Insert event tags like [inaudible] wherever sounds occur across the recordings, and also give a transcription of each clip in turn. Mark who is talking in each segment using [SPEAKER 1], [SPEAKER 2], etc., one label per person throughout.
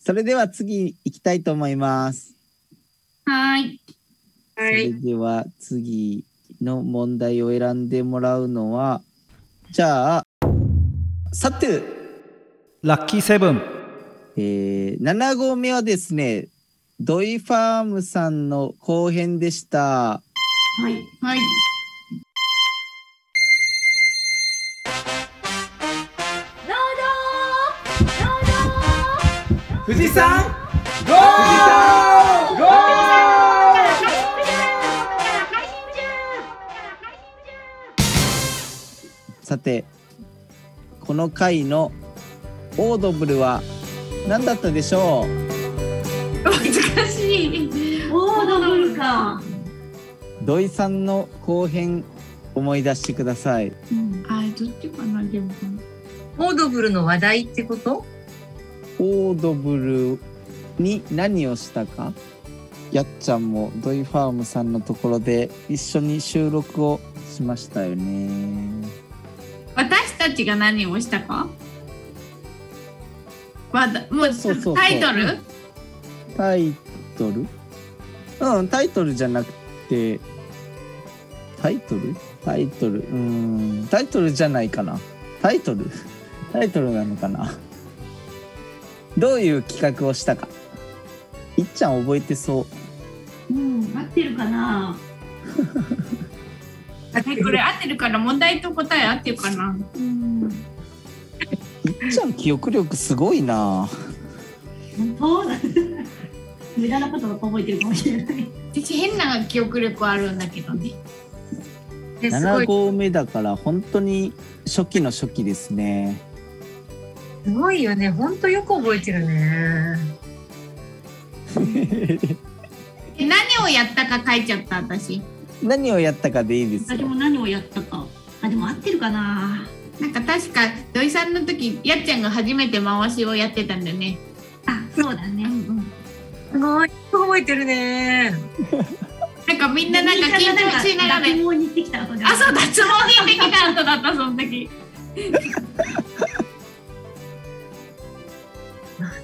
[SPEAKER 1] それでは次行きたいと思います。
[SPEAKER 2] はーい。
[SPEAKER 1] それ。では次の問題を選んでもらうのは、じゃあ、さて、
[SPEAKER 3] ラッキーセブン
[SPEAKER 1] えー、7号目はですね、ドイファームさんの後編でした。
[SPEAKER 2] はい。はい。
[SPEAKER 3] 富士山ゴーゴ
[SPEAKER 1] さて、この回のオードブルは何だったでしょう
[SPEAKER 2] 難し [laughs] い。オードブルか。
[SPEAKER 1] 土井さんの後編思い出してください。
[SPEAKER 2] あ、どっちかな、でも。
[SPEAKER 4] オードブルの話題ってこと
[SPEAKER 1] オードブルに何をしたかやっちゃんもドイファームさんのところで一緒に収録をしましたよね。
[SPEAKER 2] 私たちが何をしたか。わだ、もう、
[SPEAKER 1] そうそうそう
[SPEAKER 2] タイトル。
[SPEAKER 1] タイトルうん、タイトルじゃなくて、タイトルタイトル、うーん、タイトルじゃないかな。タイトル [laughs] タイトルなのかな。どういう企画をしたか。いっちゃん覚えてそう。
[SPEAKER 2] うん、合ってるかな。これ合ってるから、問題と答え合ってるかな。
[SPEAKER 1] いっちゃん記憶力すごいな
[SPEAKER 5] 本当 [laughs] 無駄なことばっか覚えてるかもしれない。
[SPEAKER 2] 私変な記憶力あるんだけどね。
[SPEAKER 4] えすご
[SPEAKER 1] 7
[SPEAKER 4] い
[SPEAKER 1] 号目だから本当に初期の初期ですね
[SPEAKER 4] すごいよね。ほんとよく覚えてるね。
[SPEAKER 2] え何をやったか書いちゃった私
[SPEAKER 1] 何をやったかでいいです
[SPEAKER 5] 私
[SPEAKER 1] よ
[SPEAKER 5] も何をやったか。あ、でも合ってるかな。
[SPEAKER 2] なんか確か土井さんの時やっちゃんが初めて回しをやってたんだよね
[SPEAKER 5] あ、そうだね。
[SPEAKER 4] すごいよく覚えてるね。
[SPEAKER 2] なんかみんななんか緊張しながら
[SPEAKER 5] 脱
[SPEAKER 2] ね
[SPEAKER 5] 毛に行ってきた後で。
[SPEAKER 2] あそう脱毛に行ってきた後だったその時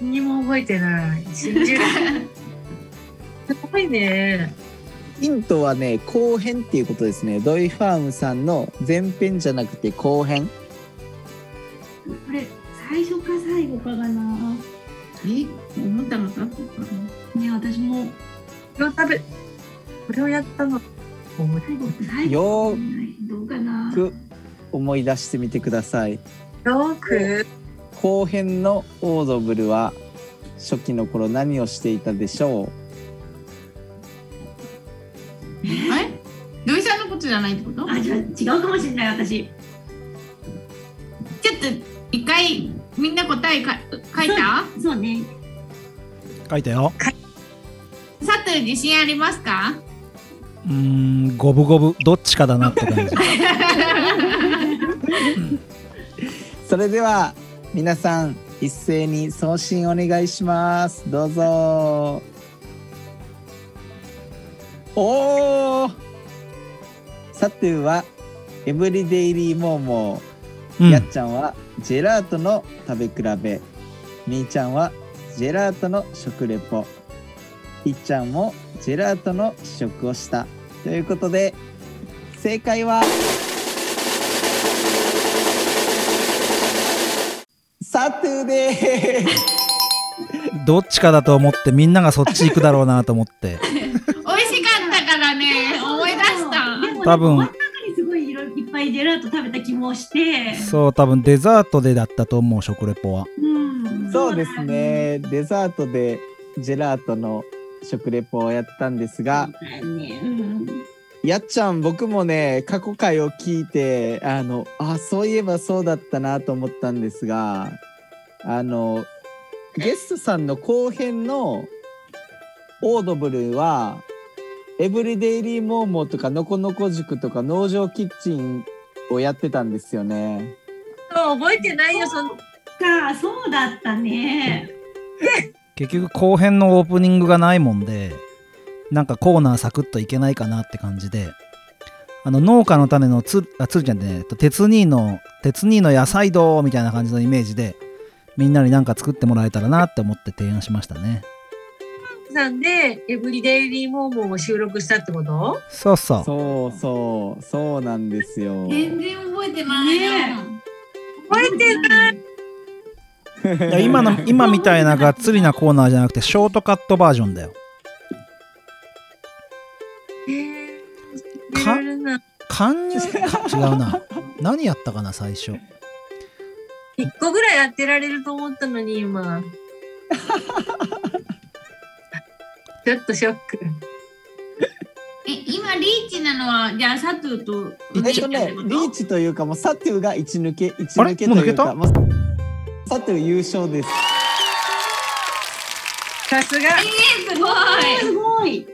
[SPEAKER 4] 何にも覚えてない。信じられない。 [laughs] すごいね。
[SPEAKER 1] ヒントはね後編っていうことですねドイファームさんの前編じゃなくて後編
[SPEAKER 5] これ最初か最後かがな。
[SPEAKER 2] [laughs] え思ったのと
[SPEAKER 5] ね、私も
[SPEAKER 4] これを食べ、これをやったの。覚え
[SPEAKER 5] 最後最後。
[SPEAKER 1] よ
[SPEAKER 5] どうかな。
[SPEAKER 1] く思い出してみてください
[SPEAKER 4] よく
[SPEAKER 1] 後編のオードブルは初期の頃何をしていたでしょ
[SPEAKER 2] あれ土井さんのことじゃないってこと
[SPEAKER 5] あ、じゃあ違うかもしれない私。
[SPEAKER 2] ちょっと一回みんな答えか書いた
[SPEAKER 5] そうね。
[SPEAKER 3] ー書いたよ
[SPEAKER 2] 佐藤自信あります [laughs] か
[SPEAKER 3] うーん五分五分どっちかだなって感じ
[SPEAKER 1] うそれでは皆さん一斉に送信お願いしますどうぞおおサトゥはエブリデイリーモーモー
[SPEAKER 3] うん
[SPEAKER 1] やっちゃんはジェラートの食べ比べみーちゃんはジェラートの食レポいっちゃんもジェラートの試食をしたということで正解はサトゥーでーす
[SPEAKER 3] どっちかだと思ってみんながそっち行くだろうなと思って
[SPEAKER 2] 美味しかったからね思い出した
[SPEAKER 5] でもね
[SPEAKER 3] 多分
[SPEAKER 5] 真ん中にすごいいろいろいっぱいジェラート食べた気もして。
[SPEAKER 3] そう多分デザートでだったと思う食レポは
[SPEAKER 5] うん。
[SPEAKER 1] そうで
[SPEAKER 5] だ
[SPEAKER 1] す。ねデザートでジェラートの食レポをやったんですが
[SPEAKER 5] そうだね。うん。
[SPEAKER 1] やっちゃん僕もね過去回を聞いてあのあそういえばそうだったなと思ったんですがあのゲストさんの後編のオードブルは「エブリデイリーモーモー」とか「のこのこ塾」とか「農場キッチン」をやってたんですよね。
[SPEAKER 4] 覚えてないよ、その。
[SPEAKER 5] か、そうだったね。
[SPEAKER 3] 結局後編のオープニングがないもんでなんかコーナーサクッといけないかなって感じであの農家の種のつあつるちゃんってね鉄兄の鉄兄の野菜道みたいな感じのイメージで
[SPEAKER 6] みんなに何か作ってもらえたらなって思って提案しましたね
[SPEAKER 4] さんで、エブリデイリーモーモンを収録したってこと
[SPEAKER 6] そうそう
[SPEAKER 1] そうそうそうなんですよ。
[SPEAKER 2] [laughs] 全然覚えてない
[SPEAKER 5] ね
[SPEAKER 2] よ。
[SPEAKER 4] 覚えてない
[SPEAKER 6] いや今の今みたいながっつりなコーナーじゃなくてショートカットバージョンだよ
[SPEAKER 4] えー忘れられない
[SPEAKER 6] 勘違うな何やったかな最初
[SPEAKER 4] 一個ぐらい当てられると思ったのに今ちょっとショック
[SPEAKER 2] え、今リーチなのは、じゃあ佐藤と
[SPEAKER 1] えっと
[SPEAKER 2] っ
[SPEAKER 1] ね
[SPEAKER 2] てこ
[SPEAKER 1] リーチというかもうサテュが一抜け一
[SPEAKER 6] あれ
[SPEAKER 1] 抜けというか
[SPEAKER 6] も
[SPEAKER 1] もうサテュ優勝です。
[SPEAKER 4] さすが
[SPEAKER 2] えー、すご
[SPEAKER 5] すごい。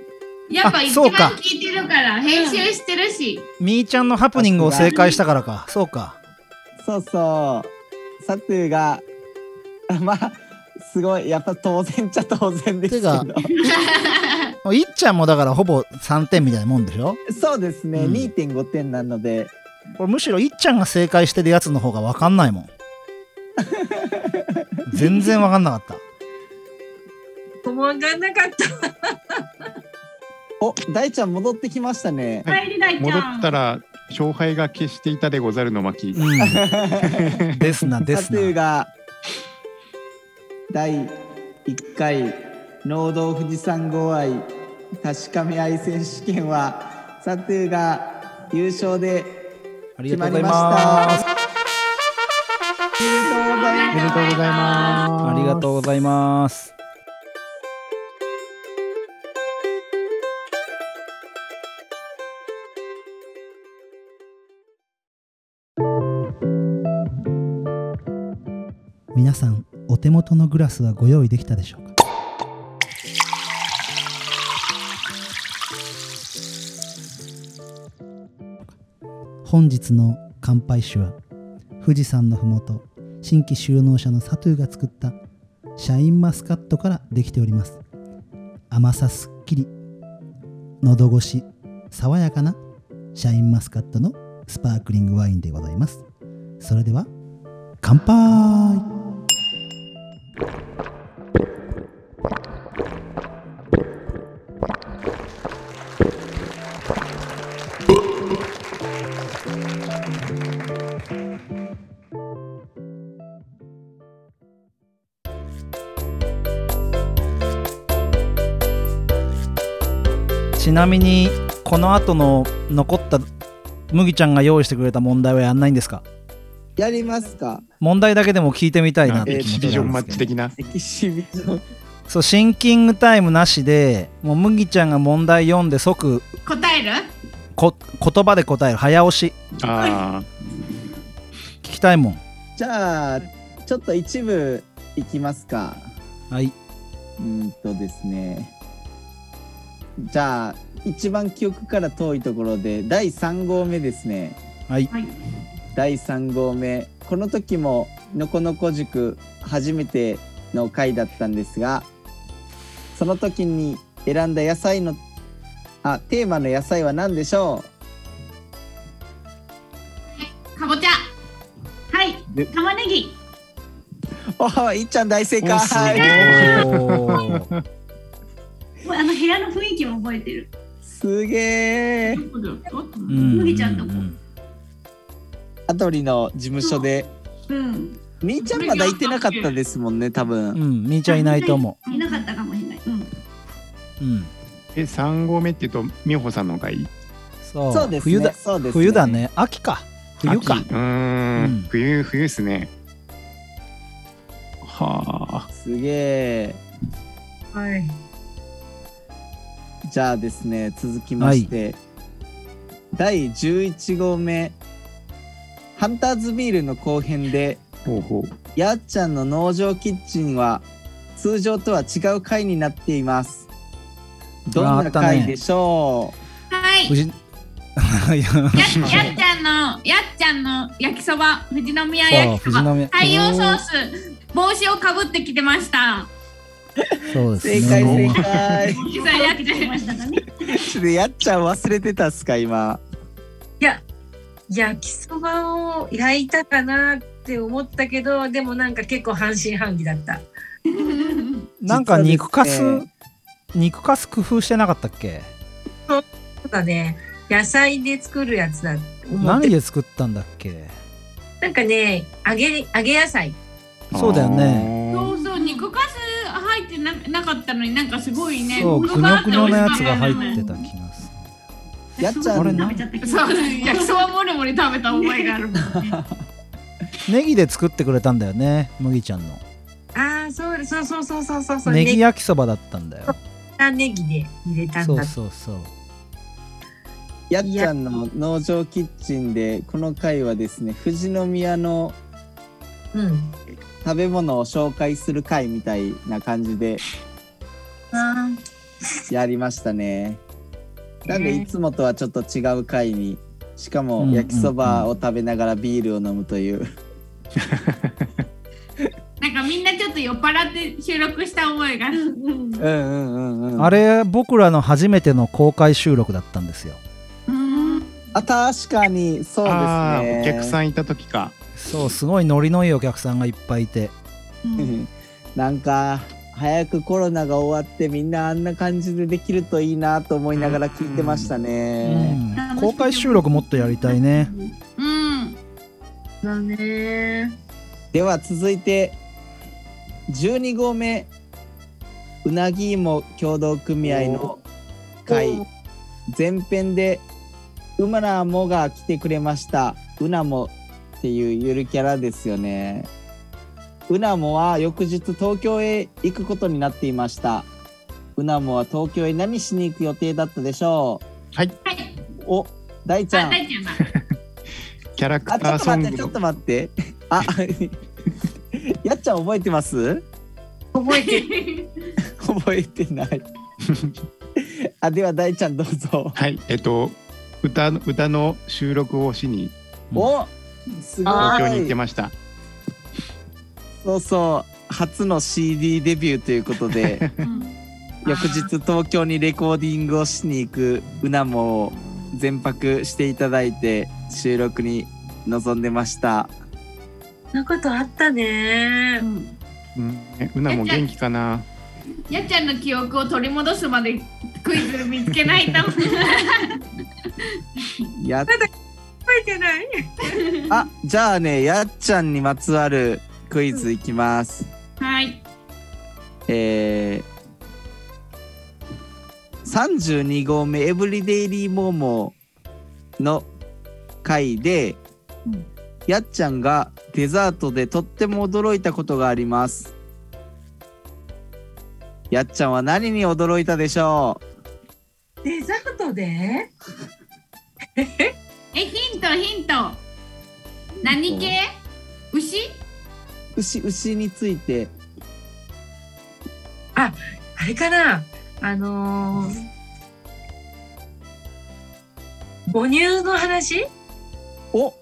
[SPEAKER 2] い。やっぱ
[SPEAKER 6] あ
[SPEAKER 2] 一
[SPEAKER 6] そうか
[SPEAKER 2] 番聞いてるから、編集してるし。
[SPEAKER 6] みーちゃんのハプニングを正解したからかそうか
[SPEAKER 1] そうそうサテュが [laughs] あまあすごいやっぱ当然っちゃ当然ですけど
[SPEAKER 6] ていっちゃんもだからほぼ3点みたいなもんでしょ
[SPEAKER 1] そうですね、
[SPEAKER 6] うん
[SPEAKER 1] 2.5点なので
[SPEAKER 6] これむしろいっちゃんが正解してるやつの方が分かんな
[SPEAKER 1] [laughs]
[SPEAKER 6] いもん全然分かんなかった
[SPEAKER 4] 思わかんなかった
[SPEAKER 1] お大ちゃん戻ってきましたね。
[SPEAKER 5] 帰り大ち
[SPEAKER 7] 戻
[SPEAKER 5] ゃん。
[SPEAKER 7] ったら勝敗が決していたでござるの巻
[SPEAKER 6] うん [laughs] ですなで
[SPEAKER 1] タト
[SPEAKER 6] す
[SPEAKER 1] ゥー
[SPEAKER 6] な
[SPEAKER 1] が第1回農道富士山号愛確かめ愛選手権はサトゥーが優勝で
[SPEAKER 6] あり
[SPEAKER 1] 決
[SPEAKER 6] がと
[SPEAKER 1] ま
[SPEAKER 6] うござ
[SPEAKER 1] り
[SPEAKER 6] い
[SPEAKER 1] まし
[SPEAKER 6] ます
[SPEAKER 1] た。おめでとうございます
[SPEAKER 7] おめでとうございます
[SPEAKER 6] ありがとうございます皆さんお手元のグラスはご用意できたでしょうか本日の乾杯酒は富士山のふもと新規収納者のサトゥーが作ったシャインマスカットからできております甘さすっきり喉越し爽やかなシャインマスカットのスパークリングワインでございますそれでは乾杯ちなみにこの後の残った麦ちゃんが用意してくれた問題はやんないんですか
[SPEAKER 1] やりますか
[SPEAKER 6] 問題だけでも聞いてみたいなっ
[SPEAKER 7] エ
[SPEAKER 6] て気
[SPEAKER 7] キ
[SPEAKER 6] 持
[SPEAKER 7] シ
[SPEAKER 6] ち
[SPEAKER 7] ビジョ
[SPEAKER 6] が
[SPEAKER 7] ン
[SPEAKER 6] あ
[SPEAKER 7] マ
[SPEAKER 6] るん
[SPEAKER 7] ッ
[SPEAKER 6] で
[SPEAKER 7] チ
[SPEAKER 6] すけど [laughs]
[SPEAKER 7] 的な。
[SPEAKER 1] エキシビジョン
[SPEAKER 6] そうシンキングタイムなしでもう麦ちゃんが問題読んで即
[SPEAKER 2] 答える
[SPEAKER 6] こ言葉で答える早押し
[SPEAKER 7] あ
[SPEAKER 6] 聞きたいもん
[SPEAKER 1] じゃあちょっと一部いきますか。
[SPEAKER 6] はい、
[SPEAKER 1] うーんとですねじゃあ一番記憶から遠いところで第3号目ですね
[SPEAKER 6] はい、
[SPEAKER 5] はい。
[SPEAKER 1] 第3号目この時ものこのこ塾初めての回だったんですがその時に選んだ野菜のあテーマの野菜は何でしょ
[SPEAKER 2] かぼちゃ。
[SPEAKER 5] はい。玉ねぎ。
[SPEAKER 1] うおおいっちゃん大正
[SPEAKER 7] おすご
[SPEAKER 1] 解
[SPEAKER 6] おー
[SPEAKER 5] もうあの部屋の雰囲気も覚えてる。
[SPEAKER 1] すげえ
[SPEAKER 6] うん
[SPEAKER 5] 麦ちゃんとこ。
[SPEAKER 1] アトリの事務所で
[SPEAKER 5] うん。
[SPEAKER 1] みーちゃんまだいてなかったですもんね多
[SPEAKER 6] う
[SPEAKER 1] 分
[SPEAKER 6] んみーちゃんいないと思
[SPEAKER 5] いなかったかもしれない。うん。
[SPEAKER 6] う、うん、
[SPEAKER 7] ーで三合目っていうと美穂さんのがいい。
[SPEAKER 6] そう
[SPEAKER 1] そうですね
[SPEAKER 6] 冬だ
[SPEAKER 1] そうです
[SPEAKER 6] 冬だね秋か冬か
[SPEAKER 7] 秋うー
[SPEAKER 6] うん
[SPEAKER 7] ん。冬冬ですね。はあ。
[SPEAKER 1] すげえ
[SPEAKER 4] はい
[SPEAKER 1] じゃあですね続きまして、第11号目ハンターズビールの後編で
[SPEAKER 7] ほうほう。
[SPEAKER 1] やっちゃんの農場キッチンは通常とは違う回になっていますど
[SPEAKER 6] あ
[SPEAKER 1] ん
[SPEAKER 6] ーあ
[SPEAKER 1] な
[SPEAKER 6] ったね
[SPEAKER 1] 回でしょ
[SPEAKER 2] はい。
[SPEAKER 6] 藤いや
[SPEAKER 2] ややっちゃんのやっちゃんの焼きそば富士宮焼きそ
[SPEAKER 6] そ
[SPEAKER 2] ば
[SPEAKER 6] う富士宮
[SPEAKER 2] 太陽ソース帽子をかぶってきてました
[SPEAKER 6] [laughs] そう
[SPEAKER 1] う正
[SPEAKER 6] です
[SPEAKER 1] 解
[SPEAKER 7] す
[SPEAKER 6] ね
[SPEAKER 7] ごい
[SPEAKER 1] 正解
[SPEAKER 2] 実際やっちゃ
[SPEAKER 5] 出
[SPEAKER 2] ん
[SPEAKER 5] ましたかね。
[SPEAKER 1] ちょっとやっちゃん忘れてたっすか今
[SPEAKER 4] 焼きそばを焼いたかなっって思ったけどでもなんか結構半信半疑だった
[SPEAKER 6] なんか肉かす、
[SPEAKER 1] 実はです
[SPEAKER 6] 肉かす工夫してなかったっけ
[SPEAKER 4] そうだね野菜で作るやつだって思っ
[SPEAKER 6] 何
[SPEAKER 4] て
[SPEAKER 6] で作ったんだっけ
[SPEAKER 4] なんかね揚げ揚げ野菜
[SPEAKER 6] そうだよ
[SPEAKER 2] [laughs]
[SPEAKER 6] ね
[SPEAKER 2] そうそう肉かす入ってななかったのになんかすごいね
[SPEAKER 6] そう
[SPEAKER 2] 具
[SPEAKER 6] グニ
[SPEAKER 2] があ
[SPEAKER 6] ョ
[SPEAKER 2] っ
[SPEAKER 6] グ
[SPEAKER 2] て
[SPEAKER 6] ニョのやつが入
[SPEAKER 2] 美
[SPEAKER 6] っ
[SPEAKER 2] 味
[SPEAKER 6] て
[SPEAKER 2] しか
[SPEAKER 6] た気がす
[SPEAKER 1] やっちゃん
[SPEAKER 5] あれ食べちゃった
[SPEAKER 2] たそう焼きそ
[SPEAKER 5] ば
[SPEAKER 2] ばもりもり食べた覚えがあるもんね
[SPEAKER 6] るネギで作ってくれたんだよね麦ちゃんの
[SPEAKER 4] ああそうそうそうそうそうそうそう
[SPEAKER 6] ネギ焼きそばだったんだよ
[SPEAKER 4] ネギで入れたん
[SPEAKER 6] そう
[SPEAKER 4] だ
[SPEAKER 6] そうそう
[SPEAKER 1] やっちゃんの農場キッチンでこの回はですね富士宮の
[SPEAKER 4] うん
[SPEAKER 1] 食べ物を紹介する回みたいな感じで
[SPEAKER 4] あ
[SPEAKER 1] やりましたね。なんで
[SPEAKER 4] えー
[SPEAKER 1] いつもとはちょっと違う回にしか
[SPEAKER 6] うんうん
[SPEAKER 1] も
[SPEAKER 6] うん
[SPEAKER 1] 焼きそばを食べながらビールを飲むという、
[SPEAKER 2] なんかみんなちょっと酔っ払って収録した覚えがある
[SPEAKER 1] うんうんうんうん
[SPEAKER 6] あれ僕らの初めての公開収録だったんですよ
[SPEAKER 1] あ確かにそうです
[SPEAKER 7] あ
[SPEAKER 1] ね
[SPEAKER 7] ーお客さ
[SPEAKER 1] ん
[SPEAKER 7] んいた時か
[SPEAKER 6] そうすごいノリのいいお客さんがいっぱいいて
[SPEAKER 1] なんか早くコロナが終わってみんなあんな感じでできるといいなと思いながら聞いてましたね、
[SPEAKER 6] うん公開収録もっとやりたいね。
[SPEAKER 2] うん
[SPEAKER 4] だね
[SPEAKER 1] では続いて12合目うなぎ芋協同組合の会前編でうまなもが来てくれましたうなもっていうゆるキャラですよねうなもは翌日東京へ行くことになっていましたうなもは東京へ何しに行く予定だったでしょ
[SPEAKER 2] はいあ
[SPEAKER 1] うお大ちゃん
[SPEAKER 2] 大ちゃんだ
[SPEAKER 7] キャラクタ
[SPEAKER 1] あちょ
[SPEAKER 7] ー
[SPEAKER 1] っと
[SPEAKER 7] ソン
[SPEAKER 1] 待っ
[SPEAKER 7] グ
[SPEAKER 1] てちょ
[SPEAKER 7] の
[SPEAKER 1] っと待ってあ [laughs] やっちゃん覚えてます
[SPEAKER 4] 覚えてる
[SPEAKER 2] [laughs]
[SPEAKER 1] 覚えてない。あでは大ちゃんどうぞ。
[SPEAKER 7] はいえっと歌の歌の収録をしに
[SPEAKER 1] おすご
[SPEAKER 7] 東京に行っ
[SPEAKER 1] い
[SPEAKER 7] て。ました
[SPEAKER 1] そうそう初の CD デビューということで
[SPEAKER 2] うん
[SPEAKER 1] 翌日東京にレコーディングをしに行くうなもを全泊していただいて収録に臨んでました。
[SPEAKER 4] そんなことあったね
[SPEAKER 7] うんえうなも元気かな
[SPEAKER 2] やっちゃんの記憶を取り戻すまでクイズ見つけない [laughs] と
[SPEAKER 1] やっ
[SPEAKER 4] 覚えてない
[SPEAKER 1] あじゃあねやっちゃんにまつわるクイズいきます。
[SPEAKER 2] はい
[SPEAKER 1] えー、32号目「エブリデイリーモーモー」の回で、やっちゃんがデザートでとっても驚いたことがありますやっちゃんは何に驚いたでしょ
[SPEAKER 4] デザートで
[SPEAKER 2] えヒントヒント何系牛
[SPEAKER 1] う牛牛について
[SPEAKER 4] あれかなあのー母乳の話
[SPEAKER 1] お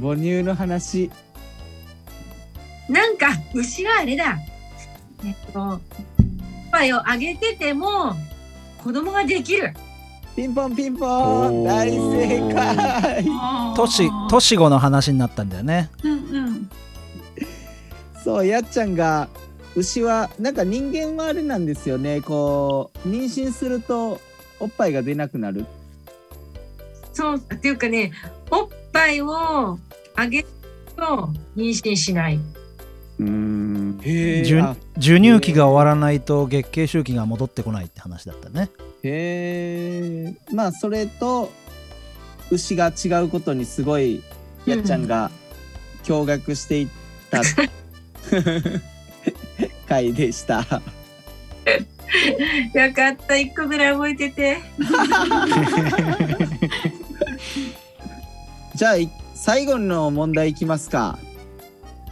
[SPEAKER 1] 母乳の話
[SPEAKER 4] なんか牛はあれだえっとおっぱいをあげてても子供ができる
[SPEAKER 1] ピンポンピンポン
[SPEAKER 7] おー
[SPEAKER 1] 大正解
[SPEAKER 6] トシトシゴの話になったんだよね
[SPEAKER 5] うん
[SPEAKER 1] そうやっちゃんが牛はなんか人間はあれなんですよねこう妊娠するとおっぱいが出なくなる
[SPEAKER 4] そうっていうかねおっぱいをあげると妊娠しないう
[SPEAKER 7] ー
[SPEAKER 6] [laughs]
[SPEAKER 7] ん
[SPEAKER 1] へ
[SPEAKER 6] 授授乳期が終わらないと月経周期が戻ってこないって話だったね
[SPEAKER 1] へえまあそれと牛が違うことにすごいやっちゃんが驚愕していった回でした
[SPEAKER 4] よかった一個ぐらい覚えてて
[SPEAKER 1] じゃあい最後の問題いきますか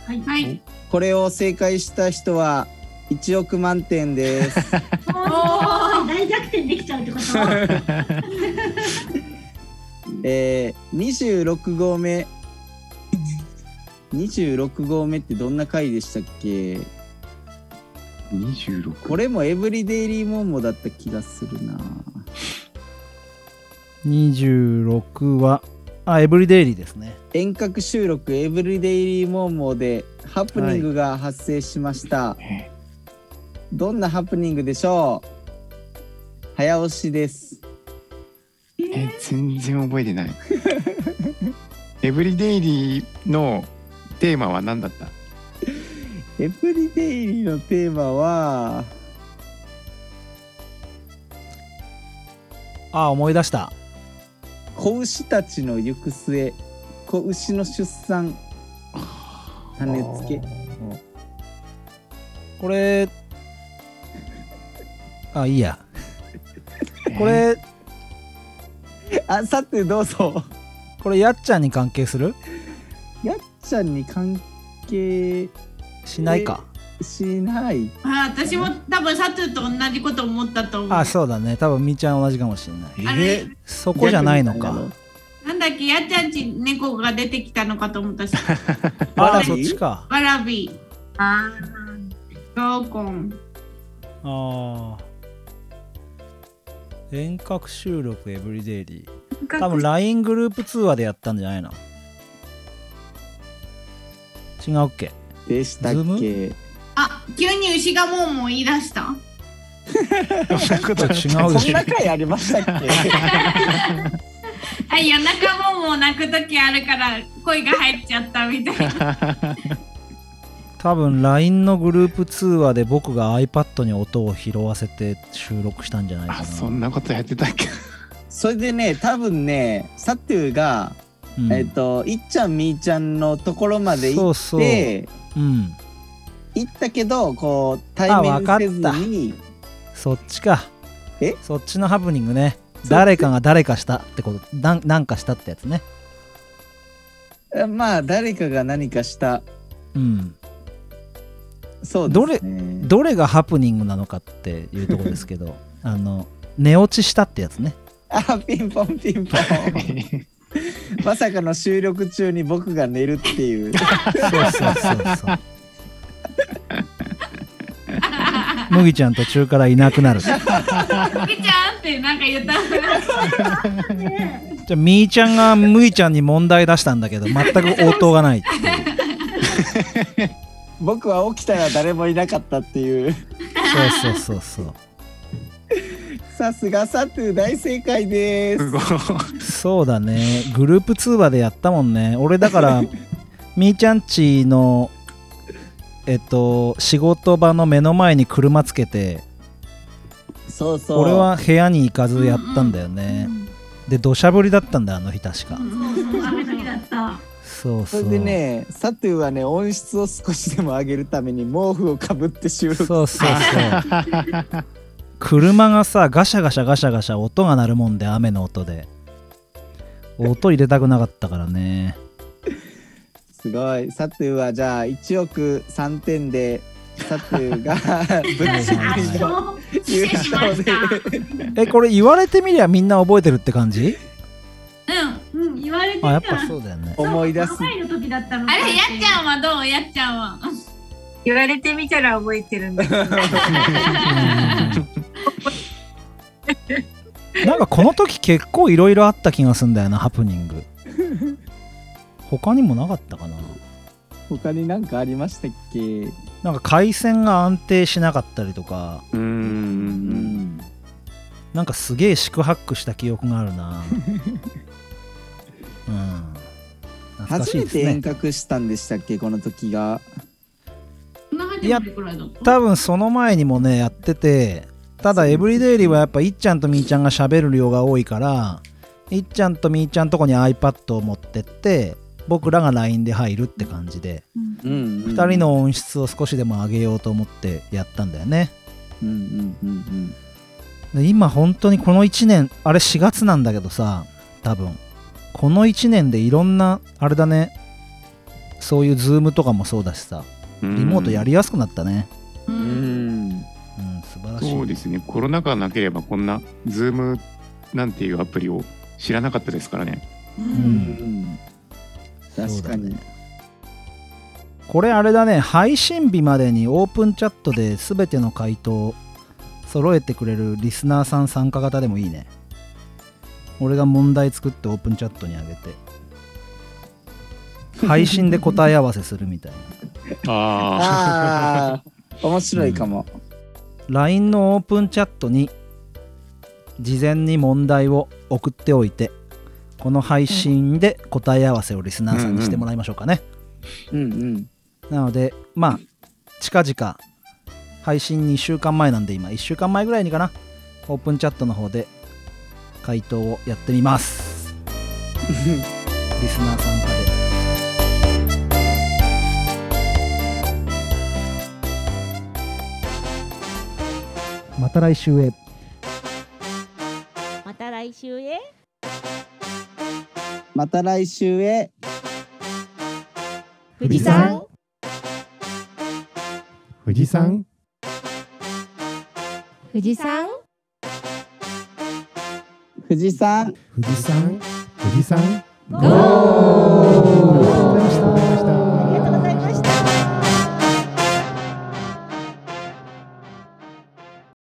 [SPEAKER 2] はい
[SPEAKER 1] これを正解した人は1億万点です
[SPEAKER 5] うん大逆転できちゃう
[SPEAKER 7] [laughs]
[SPEAKER 5] ってこと
[SPEAKER 1] えー、26号目26号目ってどんな回でしたっけ
[SPEAKER 7] 26
[SPEAKER 1] これもエブリデイリーモンモだった気がするな
[SPEAKER 6] 26はあエブリデイリーですね
[SPEAKER 1] 遠隔収録エブリデイリーモーモーでハプニングが発生しました、どんなハプニングでしょう早押しです
[SPEAKER 7] え全然覚えてない [laughs] エブリデイリーのテーマは何だった
[SPEAKER 1] エブリデイリーのテーマは
[SPEAKER 6] あ思い出した
[SPEAKER 1] 子牛たちの行く末子牛の出産種付け
[SPEAKER 6] これあいいやこ
[SPEAKER 7] え
[SPEAKER 6] れ
[SPEAKER 1] あさてどうぞ
[SPEAKER 6] これやっちゃんに関係する
[SPEAKER 1] やっちゃんに関係
[SPEAKER 6] しないか、
[SPEAKER 1] しない
[SPEAKER 2] あ私も多分サトゥーと同じこと思ったと思う。
[SPEAKER 6] あそうだね多分みーちゃん同じかもしれない
[SPEAKER 2] あれ
[SPEAKER 6] そこじゃないのか
[SPEAKER 2] なんだっけ、やっちゃんち猫が出てきたのかと思ったし、
[SPEAKER 6] あ
[SPEAKER 1] わら
[SPEAKER 6] ら
[SPEAKER 1] び
[SPEAKER 6] そっちか
[SPEAKER 2] わらび、
[SPEAKER 4] あ
[SPEAKER 2] ローコン、
[SPEAKER 6] あー遠隔収録エブリデイリー
[SPEAKER 4] あ。
[SPEAKER 6] 多分 LINE グループ通話でやったんじゃないの違うっけ
[SPEAKER 1] でしたっけ
[SPEAKER 2] あ急に牛がもうもう言い出した。
[SPEAKER 7] ーそんなことあった
[SPEAKER 6] ちょっと違うで
[SPEAKER 1] そ
[SPEAKER 6] し
[SPEAKER 1] ん
[SPEAKER 6] ょ
[SPEAKER 1] な回ありましたっ
[SPEAKER 6] [laughs]
[SPEAKER 1] け
[SPEAKER 2] あ夜中ももう泣く時あるから声が入っちゃったみたい [laughs] な。
[SPEAKER 6] 多分 LINE のグループ通話で僕が iPad に音を拾わせて収録したんじゃないかな
[SPEAKER 7] あ [laughs] そんなことやってたっけ
[SPEAKER 1] それでね多分ねサトゥーが、
[SPEAKER 6] うん
[SPEAKER 1] えっといっちゃんみーちゃんのところまで
[SPEAKER 6] そ
[SPEAKER 1] 行
[SPEAKER 6] う
[SPEAKER 1] っ
[SPEAKER 6] そう、う
[SPEAKER 1] て
[SPEAKER 6] ん、
[SPEAKER 1] 行ったけどこう対
[SPEAKER 6] あわ
[SPEAKER 1] 面
[SPEAKER 6] かっ
[SPEAKER 1] せず
[SPEAKER 6] た
[SPEAKER 1] に
[SPEAKER 6] そっちか
[SPEAKER 1] え
[SPEAKER 6] そっちのハプニングね
[SPEAKER 1] そっち
[SPEAKER 6] 誰かが誰かしたってことなんなんかしたってやつね
[SPEAKER 1] えまあ誰かが何かした
[SPEAKER 6] うん
[SPEAKER 1] そうですね
[SPEAKER 6] どれがハプニングなのかっていうところですけ [laughs] どあの寝落ちしたってやつね
[SPEAKER 1] [laughs] あピンポンピンポ
[SPEAKER 6] [laughs]
[SPEAKER 1] ンまさかの収録中に僕が寝るっていう
[SPEAKER 6] そうそうそう [laughs] そう麦ちゃん途中からいなくなるじゃ
[SPEAKER 2] 麦ちゃんってなんか言った。
[SPEAKER 6] あみーちゃんが麦ちゃんに問題出したんだけど全く応答がないって [laughs] いう
[SPEAKER 1] 僕は起きたら誰もいなかったっていう
[SPEAKER 6] そうそうそうそ
[SPEAKER 1] さすがサトゥー大正解です
[SPEAKER 7] す [laughs] ごいう
[SPEAKER 6] そうだねグループ通話でやったもんね俺だからみーちゃんちのえっと仕事場の目の前に車つけて
[SPEAKER 1] そうそう
[SPEAKER 6] 俺は部屋に行かずやったんだよね、で土砂降りだったんだあの日確か、
[SPEAKER 5] そう雨の日だった。
[SPEAKER 6] そう
[SPEAKER 1] そ
[SPEAKER 6] そう
[SPEAKER 1] れでねサトゥーはね音質を少しでも上げるために毛布をかぶって収
[SPEAKER 6] そ
[SPEAKER 1] 録
[SPEAKER 6] うそうそう車がさガシャガシャガシャガシャ音が鳴るもんで雨の音で音入れたくなかったからね
[SPEAKER 1] すごいサトゥーはじゃあ1億3点でサトゥーが
[SPEAKER 6] [laughs]
[SPEAKER 1] ぶっち
[SPEAKER 6] は
[SPEAKER 1] ぎ
[SPEAKER 6] い
[SPEAKER 1] りの
[SPEAKER 5] そう
[SPEAKER 2] [laughs] 失礼しま
[SPEAKER 1] 優勝
[SPEAKER 2] し
[SPEAKER 1] で
[SPEAKER 2] た。
[SPEAKER 6] えこれ言われてみりゃみんな覚えてるって感じ
[SPEAKER 2] うん。うん、言われて
[SPEAKER 6] あ
[SPEAKER 2] あ
[SPEAKER 6] や
[SPEAKER 2] れ、や
[SPEAKER 6] っぱそうだよね
[SPEAKER 1] 思い出す
[SPEAKER 5] その前の時だったのか。
[SPEAKER 2] っちゃんはどうやっちゃんは。
[SPEAKER 4] 言われてみたら覚えてるんだけど。
[SPEAKER 6] うん [laughs] なんかこの時結構いろいろあった気がすんだよなハプニング他にもなかったかな
[SPEAKER 1] 他に何かありましたっけ
[SPEAKER 6] なんか回線が安定しなかったりとか
[SPEAKER 7] ー
[SPEAKER 1] うんん
[SPEAKER 6] なんかすげえ四苦八苦した記憶があるなうん懐か
[SPEAKER 1] 初
[SPEAKER 6] しい
[SPEAKER 1] めて
[SPEAKER 6] です
[SPEAKER 1] 遠
[SPEAKER 6] ね
[SPEAKER 1] 隔したんでしたっけこの時が
[SPEAKER 2] そんな初めてくらいだった。
[SPEAKER 6] 多分その前にもねやっててただエブリデイリーはやっぱいっちゃんとみーちゃんが喋る量が多いからいっちゃんとみーちゃんとこに iPad を持ってって僕らが LINE で入るって感じで
[SPEAKER 1] うんうん
[SPEAKER 6] 2人の音質を少しでも上げようと思ってやったんだよね
[SPEAKER 1] うんうんうんうん
[SPEAKER 6] で今本当にこの1年あれ4月なんだけどさ多分この1年でいろんなあれだねそういうズームとかもそうだしさリモートやりやすくなったね
[SPEAKER 2] う。
[SPEAKER 1] うんん
[SPEAKER 6] うん素晴らしい
[SPEAKER 7] そうですねコロナ禍なければこんなズームなんていうアプリを知らなかったですからね
[SPEAKER 6] うん
[SPEAKER 1] うん
[SPEAKER 6] そう
[SPEAKER 1] 確
[SPEAKER 6] だ
[SPEAKER 1] かに
[SPEAKER 6] ねこれあれだね配信日までにオープンチャットで全ての回答を揃えてくれるリスナーさん参加型でもいいね俺が問題作ってオープンチャットにあげて配信で答え合わせするみたいな
[SPEAKER 7] あ
[SPEAKER 1] ああ、面白いかも。
[SPEAKER 6] LINE のオープンチャットに事前に問題を送っておいてこの配信で答え合わせをリスナーさんにしてもらいましょうかね、
[SPEAKER 1] うんうん。 [laughs]
[SPEAKER 6] なのでまあ近々配信2週間前なんで今1週間前ぐらいにかなオープンチャットの方で回答をやってみますリスナー参加で
[SPEAKER 3] また来週へ
[SPEAKER 8] また来週へ
[SPEAKER 1] また来週へ。
[SPEAKER 8] 富士山
[SPEAKER 9] 富士山
[SPEAKER 8] 富士山
[SPEAKER 1] 富士山。
[SPEAKER 9] 富士山富士山
[SPEAKER 8] ゴー
[SPEAKER 9] ありがとうございました